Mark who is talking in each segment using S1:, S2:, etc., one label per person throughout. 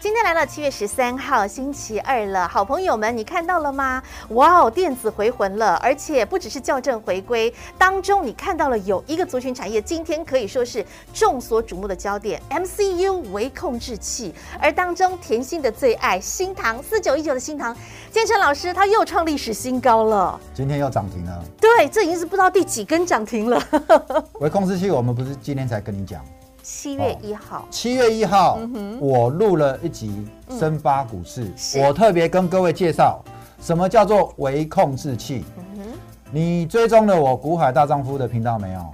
S1: 今天来到七月十三号星期二了，好朋友们，你看到了吗？哇哦，电子回魂了，而且不只是校正回归当中，你看到了有一个族群产业，今天可以说是众所瞩目的焦点，MCU 微控制器，而当中甜心的最爱新塘四九一九的新塘，建成老师他又创历史新高了，
S2: 今天又涨停了，
S1: 对，这已经是不知道第几根涨停了，
S2: 微控制器我们不是今天才跟你讲，
S1: 七月一号，
S2: 七月一号、我录了一集《深发股市》
S1: 是
S2: 我特别跟各位介绍什么叫做微控制器。
S1: 嗯
S2: 你追踪了我股海大丈夫的频道没有？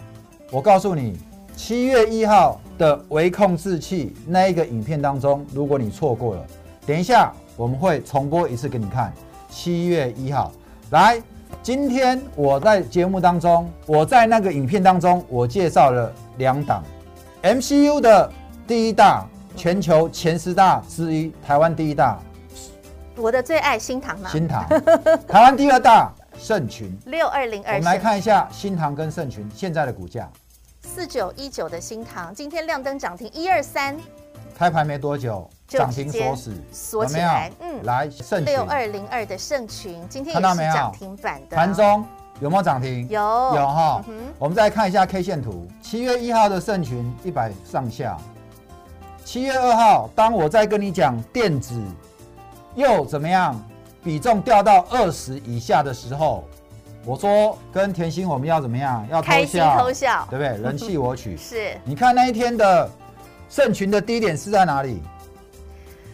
S2: 我告诉你，七月一号的微控制器那一个影片当中，如果你错过了，等一下我们会重播一次给你看。七月一号，来，今天我在节目当中，我在那个影片当中，我介绍了两档 MCU 的第一大，全球前十大之一，台湾第一大
S1: 哼，我的最爱新塘嘛，
S2: 新唐， 台湾第二大盛群。
S1: 六二零
S2: 我
S1: 二，
S2: 们来看一下新塘跟盛群现在的股价，
S1: 四九一九的新塘，今天亮灯涨停一二三
S2: 开盘没多久，
S1: 就
S2: 涨停锁死，
S1: 锁
S2: 有
S1: 起
S2: 没有
S1: 来，嗯，
S2: 来盛群
S1: 六，二零二的盛群，今天也
S2: 看到
S1: 是
S2: 没有
S1: 涨停板的，
S2: 盘中有没有涨停？
S1: 有
S2: 有哈
S1: 嗯。哼
S2: 我们再看一下 K 线图，七月一号的盛群一百上下，七月二号，当我在跟你讲电子又怎么样，比重掉到二十以下的时候，我说跟甜心我们要怎么样？要偷
S1: 开心
S2: 笑，
S1: 偷笑，
S2: 对不对？人气我取。
S1: 是
S2: 你看那一天的盛群的低点是在哪里？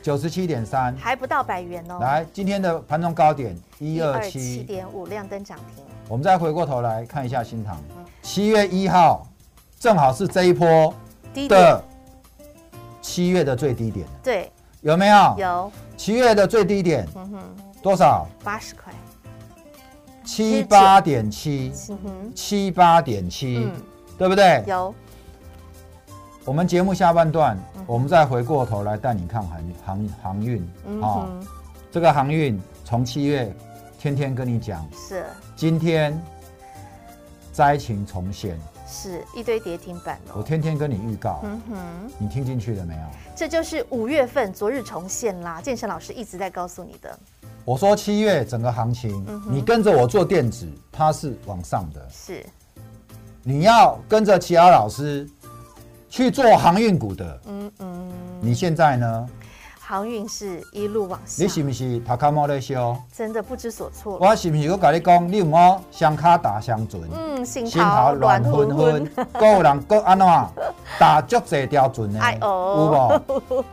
S2: 九十七点三。
S1: 还不到百元哦，
S2: 来，今天的盘中高点一二
S1: 七
S2: 七。
S1: 点五亮灯涨停，
S2: 我们再回过头来看一下新塘，七月一号正好是这一波
S1: 低点
S2: 的七月的最低点，
S1: 对
S2: 有没有？
S1: 有，
S2: 七月的最低点
S1: 嗯哼，
S2: 多少？
S1: 八十块，
S2: 七八点七，
S1: 嗯哼，
S2: 七八点七，
S1: 嗯，
S2: 对不对？
S1: 有
S2: 我们节目下半段
S1: 嗯，
S2: 我们再回过头来带你看航航航运
S1: 嗯
S2: 哦。
S1: 哼，
S2: 这个航运从七月天天跟你讲，
S1: 是
S2: 今天灾情重现，
S1: 是一堆跌停板
S2: 我
S1: 哦，
S2: 天天跟你预告，
S1: 嗯哼。
S2: 你听进去了没有？
S1: 这就是五月份昨日重现啦，健身老师一直在告诉你的，
S2: 我说七月整个行情，
S1: 嗯哼
S2: 你跟着我做电子，它是往上的，
S1: 是
S2: 你要跟着齐瑶老师去做航运股的。
S1: 嗯嗯，
S2: 你现在呢？
S1: 航运是一路往下
S2: 你，是不是塔卡莫勒修？
S1: 真的不知所措。
S2: 我是不是我跟你讲，你唔好双卡打双准？
S1: 嗯，心
S2: 心头
S1: 头
S2: 乱
S1: 乱
S2: 昏
S1: 昏
S2: 昏
S1: 昏，，
S2: 个有人个安怎打足侪条船呢？
S1: 哎
S2: 有
S1: 哦
S2: 无？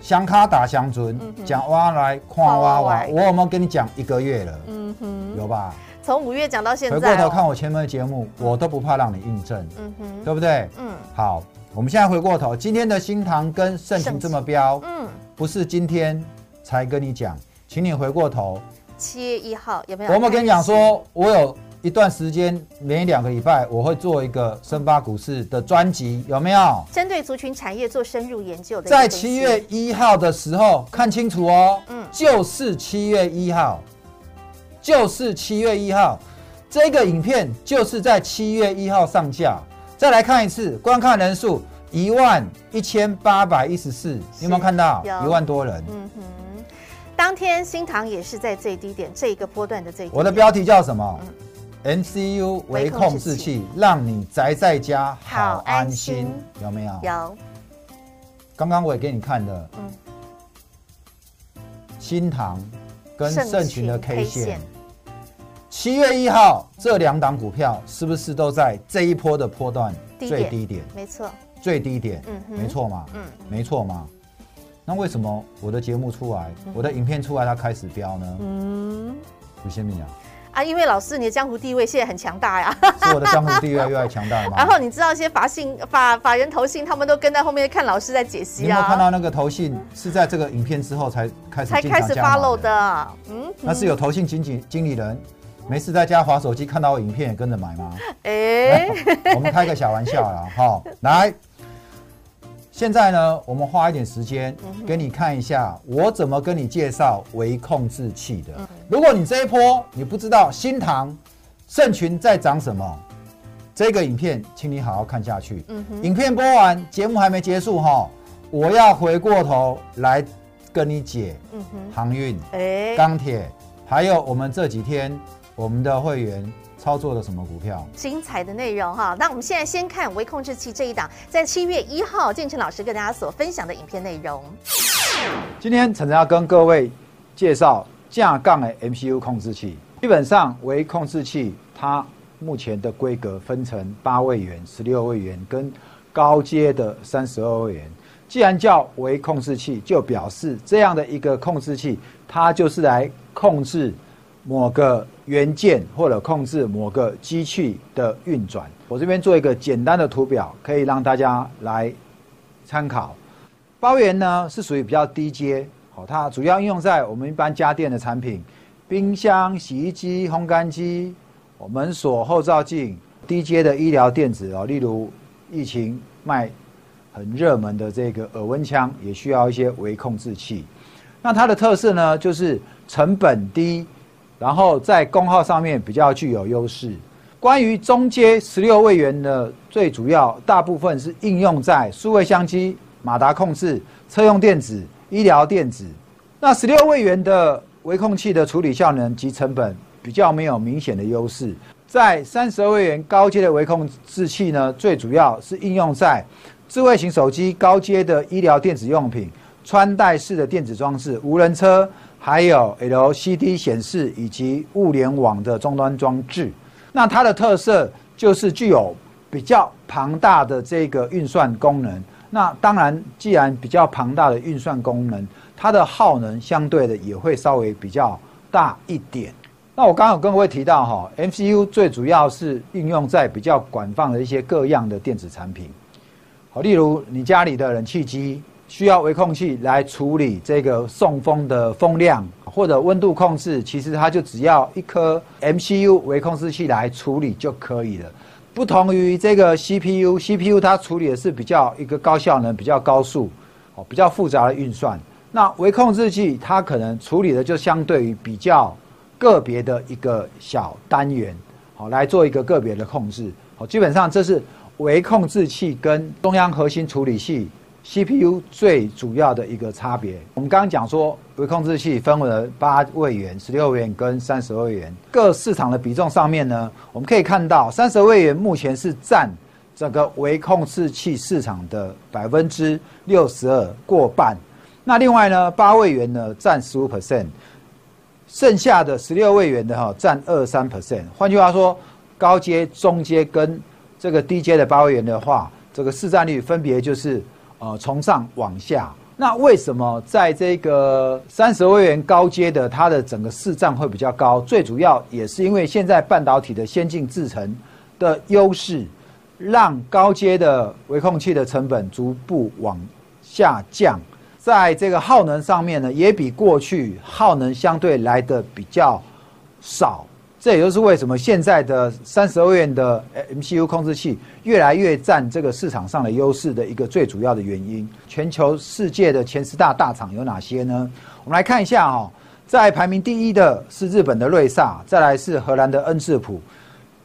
S2: 双卡打双船
S1: 嗯，哼
S2: 讲蛙来看蛙
S1: 看蛙
S2: 哇，
S1: 来
S2: 我有没有跟你讲一个月了？
S1: 嗯哼，
S2: 有吧？
S1: 从五月讲到现
S2: 回过
S1: 在、
S2: 头看
S1: 哦，
S2: 我前面的节目，我都不怕让你印证，
S1: 嗯哼，
S2: 对不对？
S1: 嗯
S2: 好，我们现在回过头，今天的新塘跟盛
S1: 盛
S2: 情
S1: 情
S2: 这么标，
S1: 嗯，
S2: 不是今天才跟你讲，请你回过头，
S1: 七月一号有没有？
S2: 我有没有跟你讲，
S1: 嗯
S2: 说，我有一段时间，每两个礼拜我会做一个深发股市的专辑，有没有？
S1: 针对族群产业做深入研究的，
S2: 在七月，一号的时候看清楚哦，
S1: 嗯
S2: 就是七月一号，就是七月一号，这个影片就是在七月一号上架。再来看一次，观看人数一万一千八百一十四，你有没有看到？
S1: 有
S2: 一万多人。
S1: 嗯哼，当天新塘也是在最低点这一个波段的最低点，
S2: 我的标题叫什么？MCU 微嗯控制器，让你宅在家好安心，
S1: 好安
S2: 有没有？
S1: 有，
S2: 刚刚我也给你看的，
S1: 嗯
S2: 新塘跟
S1: 盛
S2: 盛群的
S1: 群
S2: K
S1: K
S2: 线
S1: 线，
S2: 七月一号这两档股票是不是都在这一波的波段
S1: 低
S2: 最
S1: 点
S2: 低点？
S1: 没错，
S2: 最低点，
S1: 嗯哼
S2: 没错嘛，
S1: 嗯，
S2: 没错嘛。那为什么我的节目出来，我的影片出来，它开始飙呢？
S1: 嗯，
S2: 有些命啊，
S1: 啊，因为老师你的江湖地位现在很强大呀。
S2: 是我的江湖地位越来越强大了 吗？
S1: 然后你知道一些法信法法人投信，他们都跟在后面看老师在解
S2: 你
S1: 析
S2: 有没有看
S1: 啊，
S2: 到那个投信是在这个影片之后才开始
S1: 才
S2: 进
S1: 开
S2: 场
S1: 始
S2: 加码
S1: follow 的，嗯，
S2: 那是有投信经纪经理人没事在家划手机，看到我影片也跟着买吗？
S1: 哎，
S2: 我们开个小玩笑啦，好，来，现在呢，我们花一点时间
S1: 嗯
S2: 给你看一下我怎么跟你介绍微控制器的。
S1: 嗯
S2: 如果你这一波你不知道新塘盛群在涨什么，这个影片请你好好看下去。
S1: 嗯哼，
S2: 影片播完，节目还没结束哈，我要回过头来跟你解
S1: 嗯哼，
S2: 航运、
S1: 哎，
S2: 钢铁，还有我们这几天我们的会员操作的什么股票。
S1: 精彩的内容哈。那我们现在先看微控制器这一档，在七月一号建成老师跟大家所分享的影片内容。
S2: 今天晨晨要跟各位介绍架杠的 MCU 控制器。基本上，微控制器它目前的规格分成八位元、十六位元跟高阶的三十二位元。既然叫微控制器，就表示这样的一个控制器，它就是来控制某个元件或者控制某个机器的运转。我这边做一个简单的图表，可以让大家来参考。包圆呢是属于比较低阶，好、它主要应用在我们一般家电的产品，冰箱、洗衣机、烘干机、我们锁、后照镜、低阶的医疗电子哦，例如疫情卖很热门的这个耳温枪，也需要一些微控制器。那它的特色呢，就是成本低，然后在功耗上面比较具有优势。关于中阶十六位元的最主要大部分是应用在数位相机、马达控制、车用电子、医疗电子。那十六位元的微控器的处理效能及成本比较没有明显的优势。在三十二位元高阶的微控制器呢，最主要是应用在智慧型手机、高阶的医疗电子用品、穿戴式的电子装置、无人车，还有 LCD 显示以及物联网的终端装置。那它的特色就是具有比较庞大的这个运算功能。那当然，既然比较庞大的运算功能，它的耗能相对的也会稍微比较大一点。那我刚刚有跟各位提到哈，MCU 最主要是应用在比较广泛的一些各样的电子产品。好，例如你家里的冷气机需要微控器来处理这个送风的风量或者温度控制，其实它就只要一颗 MCU 微控制器来处理就可以了。不同于这个 CPU，CPU 它处理的是比较一个高效能、比较高速、哦比较复杂的运算。那微控制器它可能处理的就相对于比较个别的一个小单元，好来做一个个别的控制。好，基本上这是微控制器跟中央核心处理器 CPU 最主要的一个差别。我们刚刚讲说，微控制器分为八位元、十六位元跟三十位元，各市场的比重上面呢，我们可以看到三十位元目前是占整个微控制器市场的百分之六十二，过半。那另外呢，八位元呢占十五 percent，剩下的十六位元的哈占二三 percent。换句话说，高阶、中阶跟这个低阶的八位元的话，这个市占率分别就是呃从上往下。那为什么在这个三十位元高阶的它的整个市占会比较高？最主要也是因为现在半导体的先进制程的优势，让高阶的微控器的成本逐步往下降，在这个耗能上面呢，也比过去耗能相对来的比较少。这也就是为什么现在的三十二元的呃 MCU 控制器越来越占这个市场上的优势的一个最主要的原因。全球世界的前十大大厂有哪些呢？我们来看一下哈、在排名第一的是日本的瑞萨，再来是荷兰的恩智浦，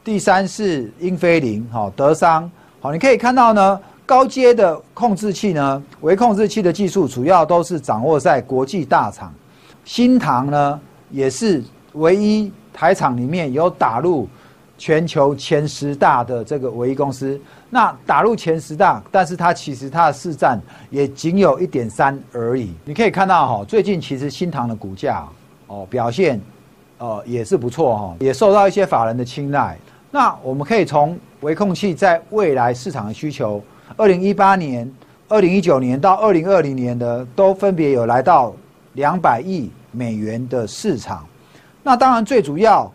S2: 第三是英飞凌，好德商，好你可以看到呢，高阶的控制器呢，微控制器的技术主要都是掌握在国际大厂，新唐呢也是唯一台厂里面有打入全球前十大的这个唯一公司。那打入前十大，但是它其实它的市占也仅有一点三而已。你可以看到哈、最近其实新唐的股价哦表现呃也是不错哈、也受到一些法人的青睐。那我们可以从微控器在未来市场的需求，二零一八年、二零一九年到二零二零年的都分别有来到两百亿美元的市场。那当然最主要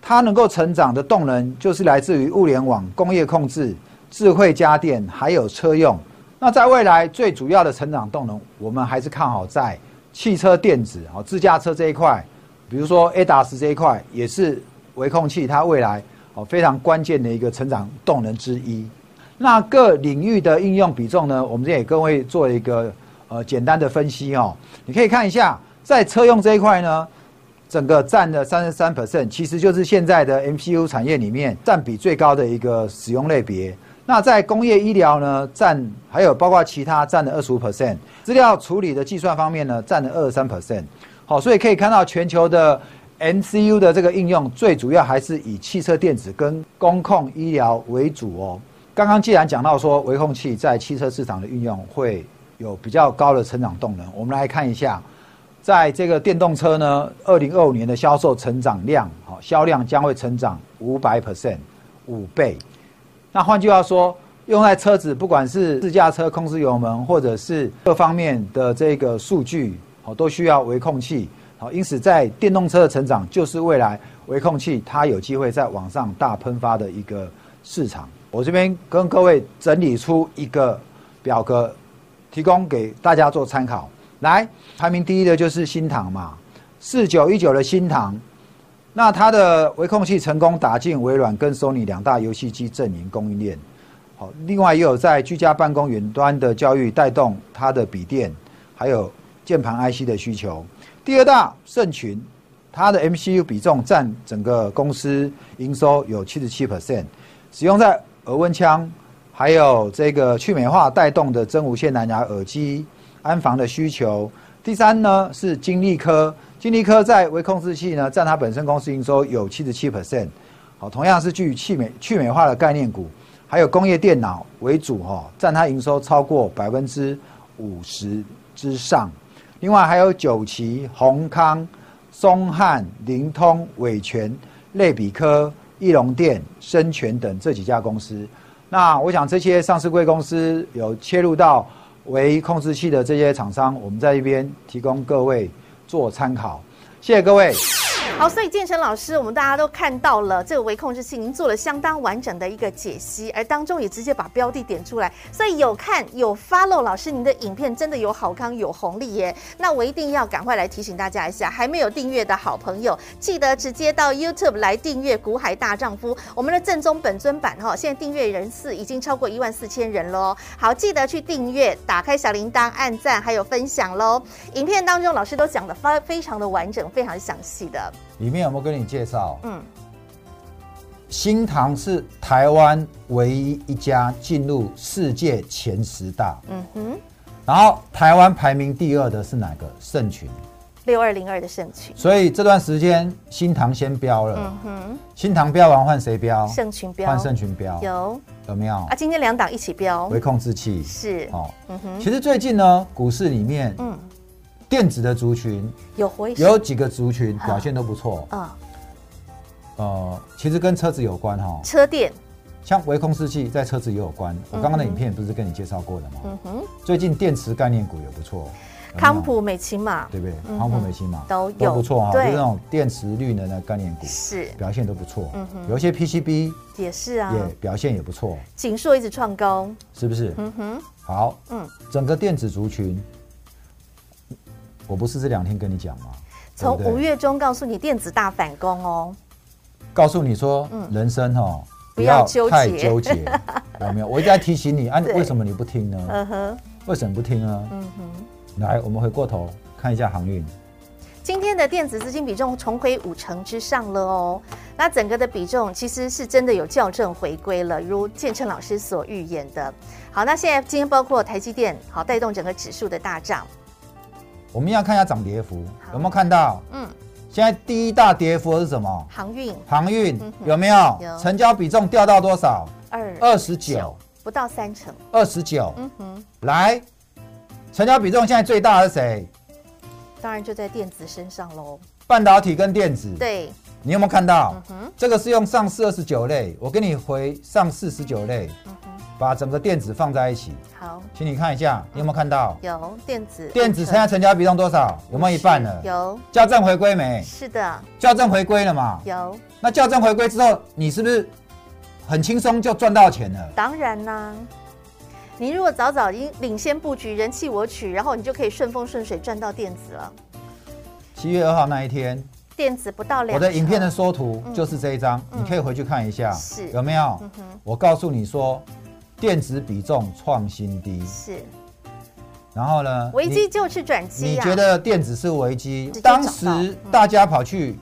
S2: 它能够成长的动能就是来自于物联网、工业控制、智慧家电，还有车用。那在未来最主要的成长动能，我们还是看好在汽车电子、好自驾车这一块，比如说 ADAS 这一块，也是微控器它未来哦非常关键的一个成长动能之一。那各领域的应用比重呢，我们这也各位做了一个呃简单的分析哦。你可以看一下，在车用这一块呢，整个占了三十三 percent，其实就是现在的 MCU 产业里面占比最高的一个使用类别。那在工业医疗呢，占还有包括其他占了二十五 percent，资料处理的计算方面呢，占了二十三 percent。好，所以可以看到全球的 MCU 的这个应用，最主要还是以汽车电子跟工控医疗为主哦。刚刚既然讲到说微控器在汽车市场的运用会有比较高的成长动能，我们来看一下，在这个电动车呢，二零二五年的销售成长量，好，销量将会成长五百 percent，五倍。那换句话说，用在车子，不管是自驾车控制油门，或者是各方面的这个数据，好，都需要微控器。好，因此在电动车的成长，就是未来微控器它有机会在往上大喷发的一个市场。我这边跟各位整理出一个表格，提供给大家做参考。来，排名第一的就是新唐嘛，四九一九的新唐，那它的微控器成功打进微软跟 Sony 两大游戏机阵营供应链。好，另外也有在居家办公远端的教育带动它的笔电，还有键盘 IC 的需求。第二大盛群，它的 MCU 比重占整个公司营收有七十七 percent，使用在额温枪，还有这个去美化带动的真无线蓝牙耳机、安防的需求。第三呢是金利科，金利科在微控制器呢占它本身公司营收有七十七 percent，好，同样是具去美去美化的概念股，还有工业电脑为主哈、哦，占它营收超过百分之五十之上。另外还有九旗、宏康、松汉、灵通、伟全、类比科、翼龙电、深全等这几家公司。那我想这些上市贵公司有切入到。为控制器的这些厂商，我们在这边提供各位做参考。谢谢各位。
S1: 好，所以建成老师，我们大家都看到了这个微控制器，您做了相当完整的一个解析，而当中也直接把标的点出来，所以有看有 follow 老师您的影片，真的有好康有红利耶。那我一定要赶快来提醒大家一下，还没有订阅的好朋友，记得直接到 YouTube 来订阅《股海大丈夫》我们的正宗本尊版哈，现在订阅人次已经超过一万四千人喽。好，记得去订阅，打开小铃铛，按赞还有分享喽。影片当中老师都讲的非非常的完整，非常详细的。
S2: 里面有没有跟你介绍？
S1: 嗯，
S2: 新唐是台湾唯一一家进入世界前十大，
S1: 嗯哼，
S2: 然后台湾排名第二的是哪个？盛群。
S1: 六二零二的盛群，
S2: 所以这段时间新唐先标了
S1: 嗯，哼，
S2: 新唐标完换谁标？
S1: 盛群标，
S2: 呃换盛群标，
S1: 有
S2: 有没有
S1: 啊，？今天两档一起标
S2: 微，控制器。
S1: 是，
S2: 哦，
S1: 嗯哼，
S2: 其实最近呢，股市里面
S1: 嗯，
S2: 电子的族群
S1: 有回
S2: 有
S1: 升，
S2: 几个族群表现都不错。
S1: 啊，
S2: 呃，其实跟车子有关哈，
S1: 车电，
S2: 像微控制器在车子也有关。我刚刚的影片不是跟你介绍过的吗？
S1: 嗯哼，
S2: 最近电池概念股也不错，有没有
S1: 康普、美琪玛，
S2: 对不对？
S1: 嗯哼
S2: 康普、美西嘛
S1: 都有
S2: 不错哈，就
S1: 对
S2: 是那种电池绿能的概念股
S1: 是，
S2: 表现都不错
S1: 嗯哼。
S2: 有一些 PCB
S1: 也是啊，
S2: 也表现也不错，
S1: 锦硕一直创高，
S2: 是不是？
S1: 嗯哼，
S2: 好，
S1: 嗯，
S2: 整个电子族群，我不是这两天跟你讲吗？
S1: 从
S2: 对不对
S1: 五月中告诉你电子大反攻哦，
S2: 告诉你说，
S1: 嗯
S2: 人生哦，
S1: 不要
S2: 太
S1: 纠
S2: 纠结，有没有？我一直在提醒你啊，你
S1: 对
S2: 为什么你不听呢？
S1: 嗯哼，
S2: 为什么不听呢？
S1: 嗯哼，
S2: 来，我们回过头看一下航运，
S1: 今天的电子资金比重重回五成之上了哦，那整个的比重其实是真的有校正回归了，如建成老师所预言的。好，那现在今天包括台积电，好带动整个指数的大涨，
S2: 我们要看一下涨跌幅，
S1: 好
S2: 有没有看到？
S1: 嗯，
S2: 现在第一大跌幅是什么？
S1: 航运
S2: 航运
S1: 嗯哼
S2: 有没有
S1: 有？
S2: 成交比重掉到多少？
S1: 二
S2: 二十九，
S1: 不到三成，
S2: 二十九。
S1: 嗯哼，
S2: 来，成交比重现在最大的是谁？
S1: 当然就在电子身上喽。
S2: 半导体跟电子。，
S1: 对，
S2: 你有没有看到？
S1: 嗯哼，
S2: 这个是用上市二十九类，我跟你回上市十九类，
S1: 嗯哼，
S2: 把整个电子放在一起，
S1: 好，
S2: 请你看一下，你有没有看到
S1: 有电子，
S2: 电子现在成交比重多少？有没有一半了？
S1: 有，
S2: 校正回归没？
S1: 是的，
S2: 校正回归了嘛？
S1: 有，
S2: 那校正回归之后，你是不是很轻松就赚到钱了？
S1: 当然啦、您如果早早已经领先布局，人气我取，然后你就可以顺风顺水赚到电子了。
S2: 七月二号那一天，
S1: 电子不到两成，嗯
S2: 我的影片的缩图就是这一张，你可以回去看一下，
S1: 是
S2: 有没有
S1: 嗯？哼
S2: 我告诉你说，电子比重创新低，
S1: 是
S2: 然后呢？
S1: 危
S2: 你
S1: 机就是转机
S2: 你
S1: 呀、
S2: 觉得电子是危机
S1: 直接？
S2: 当
S1: 找到
S2: 时
S1: 嗯
S2: 大家跑去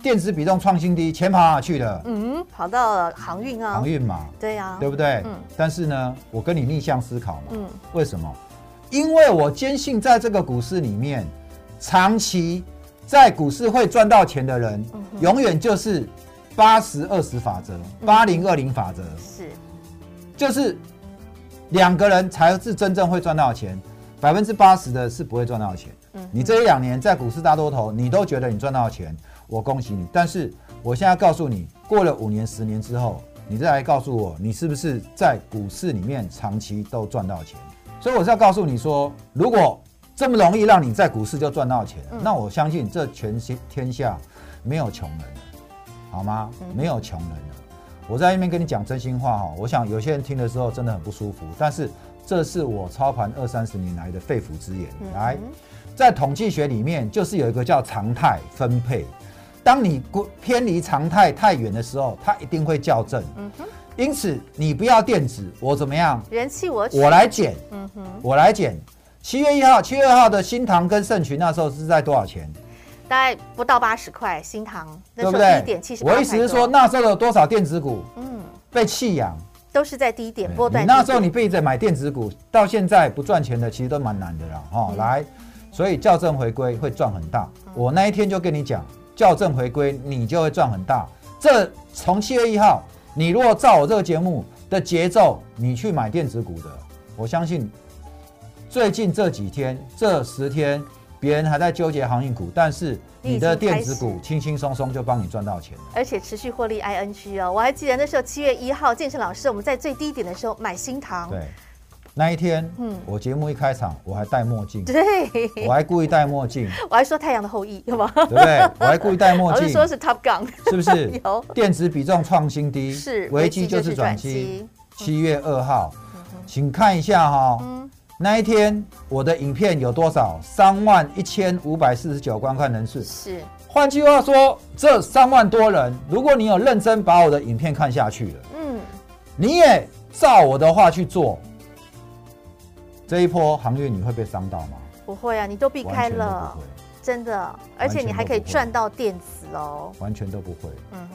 S2: 电子比重创新低，钱跑哪去了？
S1: 嗯，跑到了航运啊，
S2: 航运嘛，
S1: 对啊，
S2: 对不对
S1: 嗯？
S2: 但是呢，我跟你逆向思考嘛，
S1: 嗯，
S2: 为什么？因为我坚信在这个股市里面，长期在股市会赚到钱的人，永远就是八十二十法则、八零二零法则，
S1: 是
S2: 就是两个人才是真正会赚到钱，百分之八十的是不会赚到钱。
S1: 嗯
S2: 你这一两年在股市大多头，你都觉得你赚到钱，我恭喜你。但是我现在告诉你，过了五年、十年之后，你再来告诉我，你是不是在股市里面长期都赚到钱？所以我是要告诉你说，如果这么容易让你在股市就赚到钱，那我相信这全天天下没有穷人了，好吗？没有穷人了。我在那边跟你讲真心话哈，我想有些人听的时候真的很不舒服，但是这是我操盘二三十年来的肺腑之言。
S1: 嗯
S2: 来，在统计学里面就是有一个叫常态分配，当你过偏离常态太远的时候，它一定会校正。
S1: 嗯
S2: 因此你不要电子，我怎么样？
S1: 人气我取，
S2: 我来减，
S1: 嗯
S2: 我来减。七月一号、七月二号的新塘跟盛群那时候是在多少钱？
S1: 大概不到八十块，新塘那
S2: 对
S1: 时
S2: 不
S1: 候
S2: 对？
S1: 低点七十八
S2: 我意思是说，那时候有多少电子股
S1: 嗯，
S2: 被弃养？
S1: 都是在低点波
S2: 嗯哎
S1: 段低
S2: 你
S1: 点。
S2: 那时候你背着买电子股，到现在不赚钱的，其实都蛮难的啦。哈、
S1: 嗯
S2: 来，所以校正回归会赚很大。我那一天就跟你讲，校正回归你就会赚很大。这从七月一号，你如果照我这个节目的节奏，你去买电子股的，我相信最近这几天这十天，别人还在纠结航运股，但是
S1: 你已
S2: 你的
S1: 经开
S2: 电子股轻轻松松就帮你赚到钱了。
S1: 而且持续获利 ING 哦，我还记得那时候七月一号，建成老师我们在最低点的时候买新塘，
S2: 对，那一天，
S1: 嗯
S2: 我节目一开场我还戴 墨镜。
S1: 对，
S2: 我还故意戴墨镜，
S1: 我还说太阳的后裔，有吗？
S2: 对不对？我还故意戴 墨
S1: 老
S2: 镜，
S1: 师说是 Top Gun，？
S2: 是不是
S1: 有
S2: 电子比重创新低，
S1: 是嗯
S2: 危机就是转机。。七月二号，
S1: 哼
S2: 请看一下哈、
S1: 嗯
S2: 那一天我的影片有多少？三万一千五百四十九观看人次。
S1: 是，
S2: 换句话说，这三万多人，如果你有认真把我的影片看下去了，
S1: 嗯，
S2: 你也照我的话去做，这一波航运你会被伤到吗？
S1: 不会啊，你都避开
S2: 完全都
S1: 了
S2: 不，会，
S1: 真的，而且你还可以
S2: 完全都不会
S1: 赚到电子哦。
S2: 完全都不会。
S1: 嗯哼，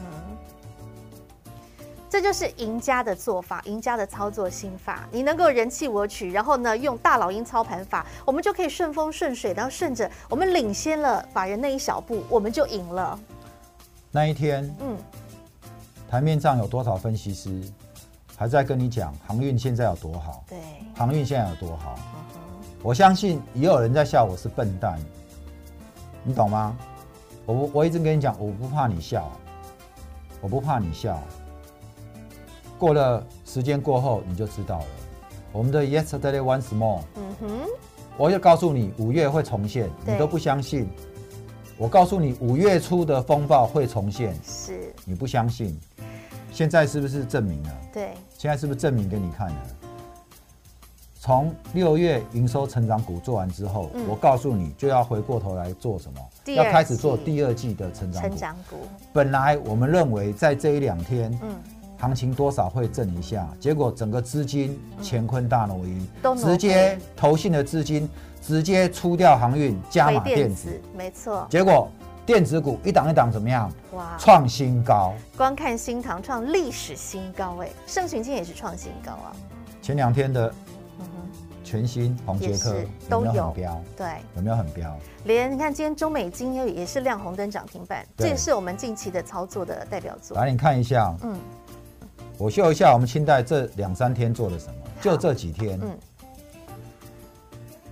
S1: 这就是赢家的做法，赢家的操作心法。你能够人气我取，然后呢，用大老鹰操盘法，我们就可以顺风顺水，然后顺着我们领先了法人那一小步，我们就赢了。
S2: 那一天
S1: 嗯，
S2: 台面上有多少分析师还在跟你讲航运现在有多好，
S1: 对，
S2: 航运现在有多好？
S1: 嗯哼
S2: 我相信也有人在笑我是笨蛋，你懂吗？我不我一直跟你讲，我不怕你笑，我不怕你笑。过了时间过后你就知道了。我们的 Yesterday Once More，
S1: 嗯哼，
S2: 我就告诉你五月会重现，你
S1: 对
S2: 都不相信。我告诉你五月初的风暴会重现，
S1: 是
S2: 你不相信，现在是不是证明了？
S1: 对，
S2: 现在是不是证明给你看了？从六月营收成长股做完之后，
S1: 嗯
S2: 我告诉你就要回过头来做什么？
S1: 第
S2: 要
S1: 二
S2: 开始做
S1: 季
S2: 第二季的成长股。
S1: 成长股，
S2: 本来我们认为在这一两天，
S1: 嗯，
S2: 行情多少会震一下，结果整个资金乾坤大挪移，
S1: 嗯都挪
S2: 直接
S1: 回
S2: 投信的资金直接出掉航运，加
S1: 微
S2: 码电子，，
S1: 没错，
S2: 结果电子股一档一档怎么样？
S1: 哇，
S2: 创新高。
S1: 光看新塘创历史新高，哎，盛群今天也是创新高啊，
S2: 前两天的全新红
S1: 嗯
S2: 杰
S1: 也
S2: 克
S1: 是
S2: 有
S1: 都
S2: 没有很
S1: 有
S2: 标？，
S1: 对。
S2: 有没有很标？
S1: 连你看，今天中美金也也是亮红灯涨停板，这
S2: 对
S1: 也是我们近期的操作的代表作。
S2: 来，你看一下，哦
S1: 嗯，
S2: 我秀一下我们清代这两三天做了什么，就这几天。
S1: 嗯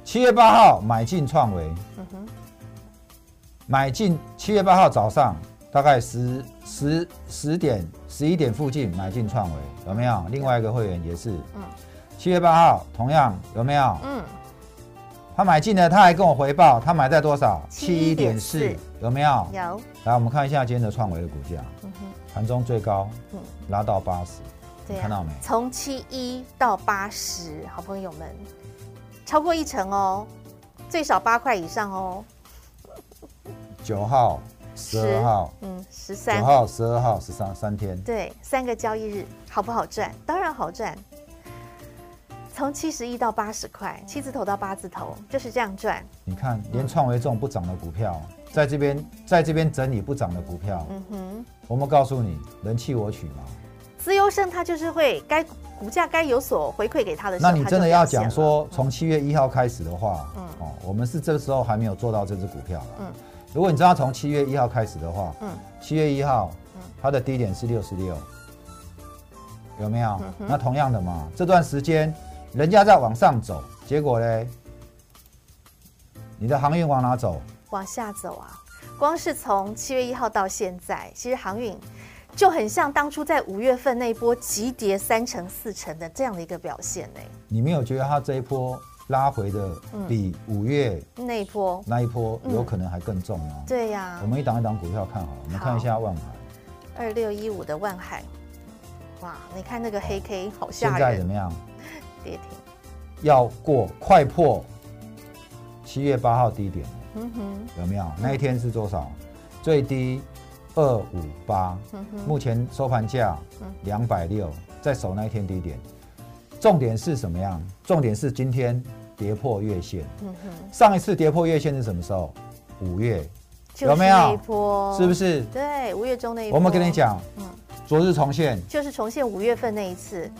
S2: 七月八号买进创维，
S1: 嗯哼，
S2: 买进七月八号早上大概十十十点十一点附近买进创维，有没有？另外一个会员也是，
S1: 嗯
S2: 七月八号同样有没有？
S1: 嗯，
S2: 他买进了，他还跟我回报，他买在多少？
S1: 7.4
S2: 有没有？
S1: 有，
S2: 来，我们看一下今天的创维的股价，
S1: 嗯哼，
S2: 盘中最高
S1: 嗯
S2: 拉到八十，
S1: 对、
S2: 你
S1: 啊，
S2: 看到没
S1: 从七一到八十，好朋友们，超过一成哦，最少八块以上哦，
S2: 九号、十二号、
S1: 嗯，十三
S2: 九号、十二号、十三三天，
S1: 对，三个交易日好不好赚？当然好赚，从七十一到八十块，七字头到八字头就是这样赚。
S2: 你看
S1: 嗯
S2: 连创维这种不涨的股票，在这边在这边整理不涨的股票，
S1: 嗯哼，
S2: 我们告诉你，人弃我取嘛。
S1: 资优生他就是会该股价该有所回馈给他的时
S2: 那
S1: 候，
S2: 你
S1: 他
S2: 真的
S1: 就
S2: 要
S1: 表现
S2: 讲
S1: 了
S2: 说，从七月一号开始的话，
S1: 嗯
S2: 哦，我们是这时候还没有做到这只股票了。
S1: 嗯
S2: 如果你知道从七月一号开始的话，
S1: 嗯
S2: 七月一号
S1: 嗯
S2: 它的低点是六十六，有没有
S1: 嗯？哼
S2: 那同样的嘛，这段时间人家在往上走，结果嘞，你的航运往哪走？
S1: 往下走啊，光是从七月一号到现在，其实航运就很像当初在五月份那一波急跌三成四成的这样的一个表现呢、
S2: 你没有觉得它这一波拉回的比五月
S1: 那一波，
S2: 那一波
S1: 嗯
S2: 有可能还更重吗？
S1: 对呀、
S2: 我们一档一档股票看好了，我们看一下万海。
S1: 二六一五的万海，哇，你看那个黑 K 好
S2: 现
S1: 吓
S2: 在怎
S1: 人，
S2: 么样？
S1: 跌停，
S2: 要过快破七月八号低点了，
S1: 嗯哼，
S2: 有没有？那一天是多少？最低二五八，
S1: 嗯哼，
S2: 目前收盘价
S1: 嗯
S2: 两百六，在守那一天低点。重点是什么样？重点是今天跌破月线。
S1: 嗯哼，
S2: 上一次跌破月线是什么时候？五月，
S1: 就是
S2: 有没有
S1: 那一波？
S2: 是不？是？
S1: 哦对，五月中那一波。
S2: 我们跟你，讲
S1: 嗯，
S2: 昨日重现，
S1: 就是重现五月份那一次，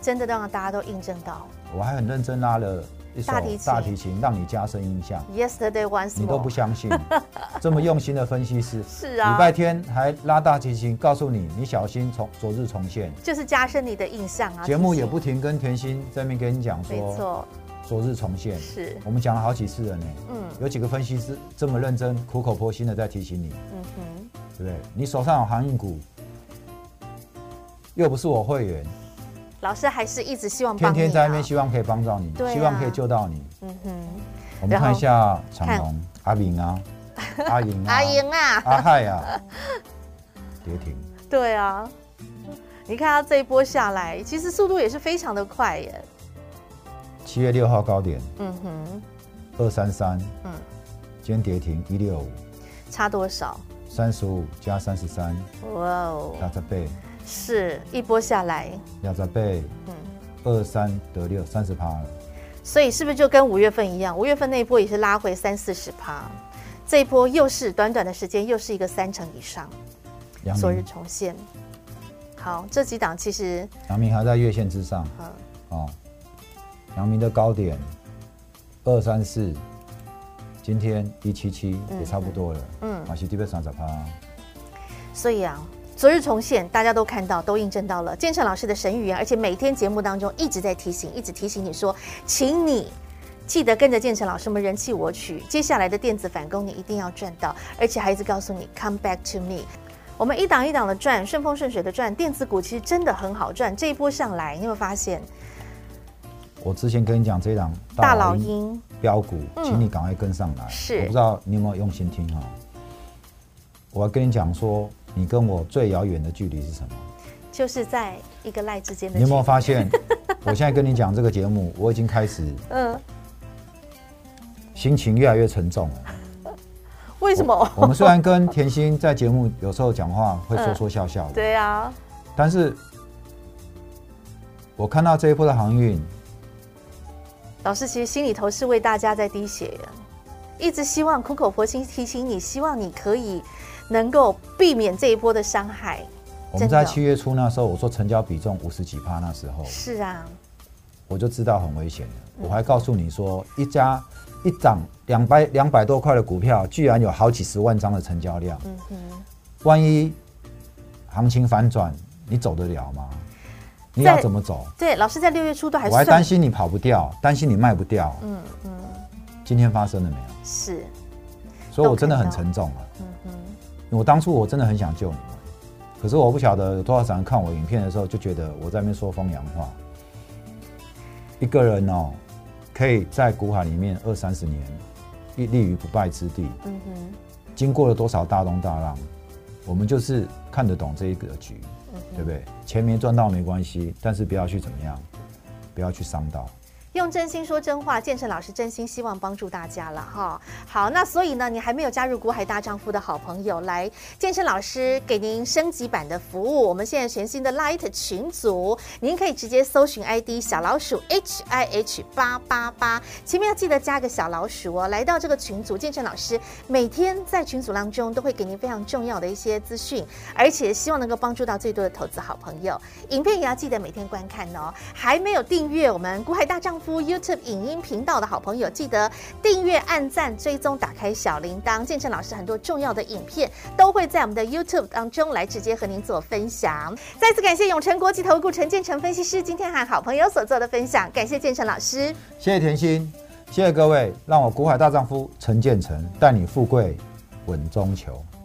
S1: 真的让大家都印证到
S2: 我还很认真拉了一首
S1: 大提琴嗯
S2: 大提琴，让你加深印象。
S1: yesterday once more。
S2: 你都不 相信，这么用心的分析师，
S1: 是啊，
S2: 礼拜天还拉大提琴，告诉你你小心重昨日重现。
S1: 就是加深你的印象啊。
S2: 节目
S1: 提
S2: 也
S1: 醒
S2: 不停跟甜心在那边跟你讲
S1: 没
S2: 说
S1: 错，
S2: 昨日 重现，
S1: 是，
S2: 我们讲了好几次了呢。
S1: 嗯
S2: 有几个分析师这么认真、苦口婆心的在提醒你，
S1: 嗯哼，
S2: 对不对？你手上有航运股，又不是我会员，
S1: 老师还是一直希望帮
S2: 天
S1: 你、啊、
S2: 天在那边希望可以帮到你，
S1: 对啊
S2: 希望可以救到你。
S1: 嗯哼，
S2: 我们看一下长
S1: 看
S2: 隆、阿明啊、 阿莹啊、
S1: 阿英啊，
S2: 阿亥啊，跌停。
S1: 对啊，你看他这一波下来，其实速度也是非常的快耶。
S2: 七月六号高点
S1: 嗯哼，
S2: 二三三，
S1: 嗯
S2: 嗯，今天跌停一六五，
S1: 差多少？
S2: 三十五加三十三，
S1: 哇哦，
S2: 两十倍，
S1: 是一波下来，
S2: 两十倍，
S1: 嗯
S2: 嗯，二三得六，三十趴了。
S1: 所以是不是就跟五月份一样？五月份那一波也是拉回三四十趴，这一波又是短短的时间，又是一个三成以上，
S2: 阳
S1: 昨日
S2: 明，
S1: 重现。好，这几档其实，
S2: 阳明还在月线之上
S1: 嗯，
S2: 哦。阳明的高点二三四，今天一七七也差不多了，
S1: 嗯
S2: 嗯，马西基本上涨趴。
S1: 所以啊，昨日重现，大家都看到，都印证到了建成老师的神预言，而且每天节目当中一直在提醒，一直提醒你说，请你。记得跟着建成老师们人气我取，接下来的电子反攻你一定要赚到，而且还一直告诉你 come back to me。我们一档一档的赚，顺风顺水的赚，电子股其实真的很好赚。这一波上来，你会发现
S2: 我之前跟你讲这一档
S1: 大老鹰
S2: 标股，
S1: 嗯
S2: 请你赶快跟上来。
S1: 是
S2: 我不知道你有没有用心听哈、我要跟你讲说，你跟我最遥远的距离是什么？
S1: 就是在一个赖之间的
S2: 你有没有
S1: 距
S2: 发现？我现在跟你讲这个节目，我已经开始
S1: 离嗯，
S2: 心情越来越沉重了。
S1: 为什么？
S2: 我们虽然跟甜心在节目有时候讲话会说说笑笑的，
S1: 对啊，
S2: 但是我看到这一波的航运，
S1: 老师其实心里头是为大家在滴血呀，一直希望苦口婆心提醒你，希望你可以能够避免这一波的伤害。
S2: 我们在
S1: 真的
S2: 七月初那时候，我说成交比重五十几趴，那时候
S1: 是啊，
S2: 我就知道很危险了。我还告诉你说，一家一涨两百两百多块的股票，居然有好几十万张的成交量，
S1: 嗯哼，
S2: 万一行情反转，你走得了吗？你
S1: 在
S2: 要怎么走？
S1: 对，老师在六月初都还
S2: 我还
S1: 哎算，
S2: 担心你跑不掉，担心你卖不掉。
S1: 嗯嗯，
S2: 今天发生了没有？
S1: 是，
S2: 所以我真的
S1: 都看
S2: 很
S1: 到
S2: 沉重啊。
S1: 嗯哼，
S2: 我当初我真的很想救你们，可是我不晓得有多少人看我影片的时候就觉得我在那边说风凉话。一个人哦，可以在股海里面二三十年，立立于不败之地。
S1: 嗯哼，
S2: 经过了多少大风大浪，我们就是看得懂这一格局，
S1: 嗯
S2: 对不对？钱没赚到没关系，但是不要去怎么样，不要去伤到。
S1: 用真心说真话，建成老师真心希望帮助大家了哈。好，那所以呢，你还没有加入股海大丈夫的好朋友，来建成老师给您升级版的服务。我们现在全新的 Light 群组，您可以直接搜寻 ID 小老鼠 H I H 八八八，前面要记得加个小老鼠哦。来到这个群组，建成老师每天在群组当中都会给您非常重要的一些资讯，而且希望能够帮助到最多的投资好朋友。影片也要记得每天观看哦。还没有订阅我们股海大丈夫 YouTube 影音频道的好朋友，记得订阅、按赞、追踪、打开小铃铛。建成老师很多重要的影片都会在我们的 YouTube 当中来直接和您做分享。再次感谢永诚国际投顾陈建成分析师今天和好朋友所做的分享，感谢建成老师。
S2: 谢谢甜心，谢谢各位，让我股海大丈夫陈建成带你富贵稳中求。